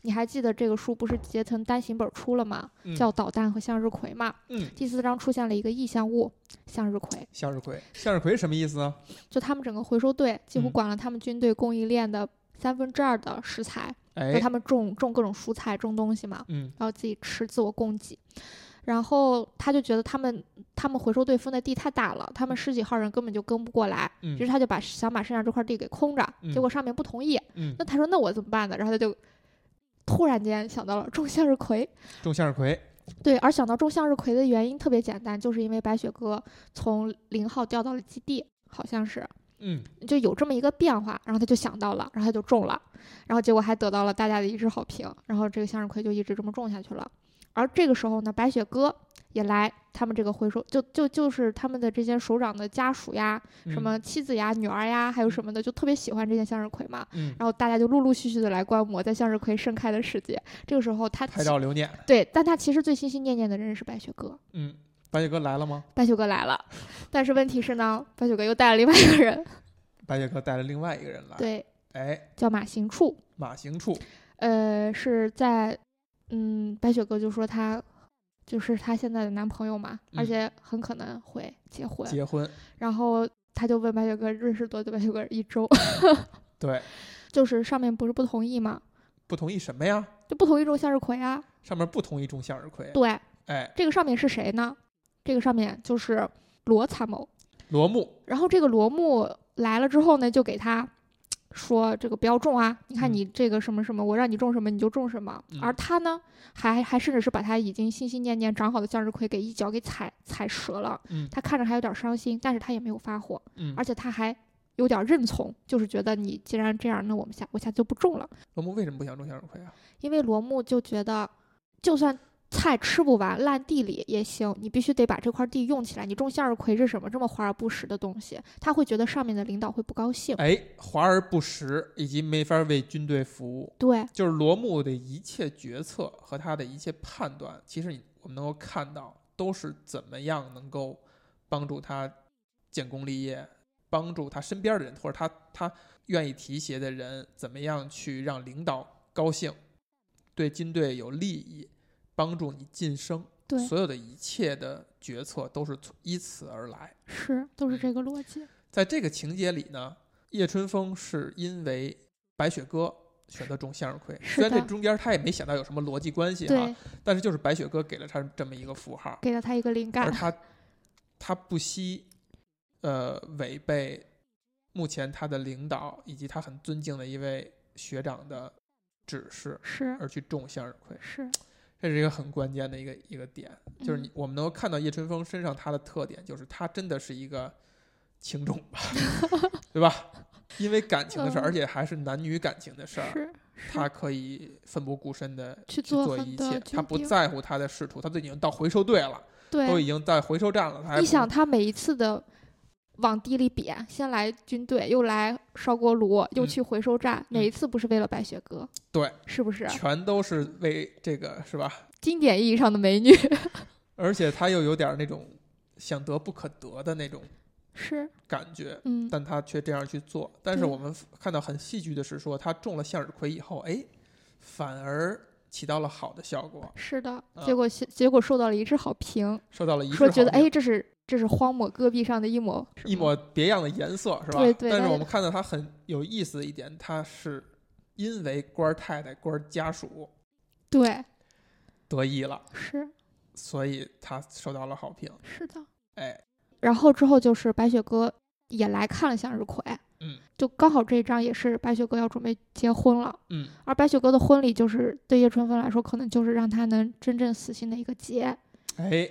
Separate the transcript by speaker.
Speaker 1: 你还记得这个书不是结成单行本出了吗？
Speaker 2: 嗯
Speaker 1: 叫《捣蛋和向日葵》嘛。
Speaker 2: 嗯，
Speaker 1: 第四章出现了一个意象物——向日葵，
Speaker 2: 向日葵，向日葵什么意思呢？
Speaker 1: 就他们整个回收队几乎
Speaker 2: 嗯
Speaker 1: 管了他们军队供应链的三分之二的食材，就
Speaker 2: 哎，
Speaker 1: 他们种种各种蔬菜、种东西嘛，
Speaker 2: 嗯
Speaker 1: 然后自己吃，自我供给。然后他就觉得他们他们回收队分的地太大了，他们十几号人根本就跟不过来，于是
Speaker 2: 嗯
Speaker 1: 他就把想把身上这块地给空着，
Speaker 2: 嗯
Speaker 1: 结果上面不同意，
Speaker 2: 嗯，
Speaker 1: 那他说那我怎么办呢？然后他就突然间想到了种向日葵，
Speaker 2: 种向日葵，
Speaker 1: 对，而想到种向日葵的原因特别简单，就是因为白雪哥从零号调到了基地，好像是
Speaker 2: 嗯，
Speaker 1: 就有这么一个变化，然后他就想到了，然后他就种了，然后结果还得到了大家的一致好评，然后这个向日葵就一直这么种下去了。而这个时候呢，白雪哥也来他们这个回收，就就就是他们的这些首长的家属呀，
Speaker 2: 嗯
Speaker 1: 什？么妻子呀、女儿呀，还有什么的，就特别喜欢这件向日葵嘛。
Speaker 2: 嗯，
Speaker 1: 然后大家就陆陆续续的来观摩在向日葵盛开的世界。这个时候他
Speaker 2: 拍
Speaker 1: 其
Speaker 2: 照留念。
Speaker 1: 对，但他其实最心心念念的人是白雪哥。
Speaker 2: 嗯，白雪哥来了吗？
Speaker 1: 白雪哥来了，但是问题是呢，白雪哥又带了另外一个 人，
Speaker 2: 白雪哥带了另外一个人来，，
Speaker 1: 对，
Speaker 2: 哎，
Speaker 1: 叫马行处。
Speaker 2: 马行处，
Speaker 1: 呃，是在嗯，白雪哥就说他就是她现在的男朋友嘛，而
Speaker 2: 嗯
Speaker 1: 且很可能会结婚。
Speaker 2: 结婚，
Speaker 1: 然后他就问白雪哥认识多久，白雪哥一周，
Speaker 2: 对，
Speaker 1: 就是上面不是不同意嘛，
Speaker 2: 不同意什么呀？
Speaker 1: 就不同意种向日葵啊。
Speaker 2: 上面不同意种向日葵，
Speaker 1: 对，
Speaker 2: 哎，
Speaker 1: 这个上面是谁呢？这个上面就是罗参谋。
Speaker 2: 罗木，
Speaker 1: 然后这个罗木来了之后呢，就给他说这个不要种啊，你看
Speaker 2: 嗯
Speaker 1: 你这个什么什么，我让你种什么你就种什么。
Speaker 2: 嗯
Speaker 1: 而他呢，还还甚至是把他已经心心念念长好的向日葵给一脚给踩踩折了。
Speaker 2: 嗯
Speaker 1: 他看着还有点伤心，但是他也没有发火，
Speaker 2: 嗯
Speaker 1: 而，且他还。有点认从，就是觉得你既然这样，那我们下我下次就不种了。
Speaker 2: 罗木为什么不想种向日葵啊？
Speaker 1: 因为罗木就觉得，就算菜吃不完，烂地里也行，你必须得把这块地用起来。你种向日葵是什么这么华而不实的东西？他会觉得上面的领导会不高兴。
Speaker 2: 哎，华而不实，以及没法为军队服务，
Speaker 1: 对
Speaker 2: 就是罗木的一切决策和他的一切判断，其实你我们能够看到，都是怎么样能够帮助他建功立业，帮助他身边的人或者他他愿意提携的人，怎么样去让领导高兴，对军队有利益，帮助你晋升，
Speaker 1: 对，
Speaker 2: 所有的一切的决策都是从依此而来。
Speaker 1: 是都是这个逻辑。
Speaker 2: 在这个情节里呢，叶春风是因为白雪歌选择种向日葵，
Speaker 1: 是
Speaker 2: 虽然这
Speaker 1: 的
Speaker 2: 中间他也没想到有什么逻辑关系哈
Speaker 1: 对，，
Speaker 2: 但是就是白雪歌给了他这么一个符号，
Speaker 1: 给了他一个灵
Speaker 2: 而
Speaker 1: 感。
Speaker 2: 他他不惜呃违背目前他的领导以及他很尊敬的一位学长的指示，
Speaker 1: 是
Speaker 2: 而去种向日葵，
Speaker 1: 是，
Speaker 2: 这是一个很关键的一个一个点。就是你
Speaker 1: 嗯
Speaker 2: 我们能够看到叶春风身上他的特点，就是他真的是一个情种 吧，对吧？因为感情的事儿，
Speaker 1: 嗯
Speaker 2: 而且还是男女感情的事儿，
Speaker 1: 是是
Speaker 2: 他可以奋不顾身的
Speaker 1: 去
Speaker 2: 做
Speaker 1: 做很
Speaker 2: 一
Speaker 1: 多
Speaker 2: 切，
Speaker 1: 决
Speaker 2: 他不
Speaker 1: 定
Speaker 2: 在乎他的仕途，他都已经到回收队了，都
Speaker 1: 对。
Speaker 2: 已经在回收站了，他还
Speaker 1: 你
Speaker 2: 不
Speaker 1: 想，他每一次的往地里瘪，先来军队，又来烧锅炉，又
Speaker 2: 嗯
Speaker 1: 去回收站，哪
Speaker 2: 嗯
Speaker 1: 一次不是为了白雪哥？
Speaker 2: 对，
Speaker 1: 是不是
Speaker 2: 全都是为这个是吧？
Speaker 1: 经典意义上的美女？
Speaker 2: 而且他又有点那种想得不可得的那种
Speaker 1: 是，
Speaker 2: 感觉，
Speaker 1: 嗯，
Speaker 2: 但他却这样去做。但是
Speaker 1: 对
Speaker 2: 我们看到很戏剧的是说，他中了向日葵以后，哎，反而起到了好的效果，
Speaker 1: 是的，
Speaker 2: 啊
Speaker 1: 结果结结果受到了一致好评，
Speaker 2: 受到了一致
Speaker 1: 说觉得
Speaker 2: 好评
Speaker 1: 哎，这是这是荒漠戈壁上的一抹什
Speaker 2: 一
Speaker 1: 么
Speaker 2: 抹别样的颜色，是吧？
Speaker 1: 对对
Speaker 2: 但是
Speaker 1: 但
Speaker 2: 我
Speaker 1: 是
Speaker 2: 们看到他很有意思的一点，他是因为官儿太太、官儿家属
Speaker 1: 对，
Speaker 2: 得意了，
Speaker 1: 是
Speaker 2: 所以他受到了好评。
Speaker 1: 是的。
Speaker 2: 哎，
Speaker 1: 然后之后就是白雪哥也来看了向日葵，
Speaker 2: 嗯，
Speaker 1: 就刚好这一章也是白雪哥要准备结婚了，
Speaker 2: 嗯，
Speaker 1: 而白雪哥的婚礼就是对叶春风来说，可能就是让他能真正死心的一个结。
Speaker 2: 哎，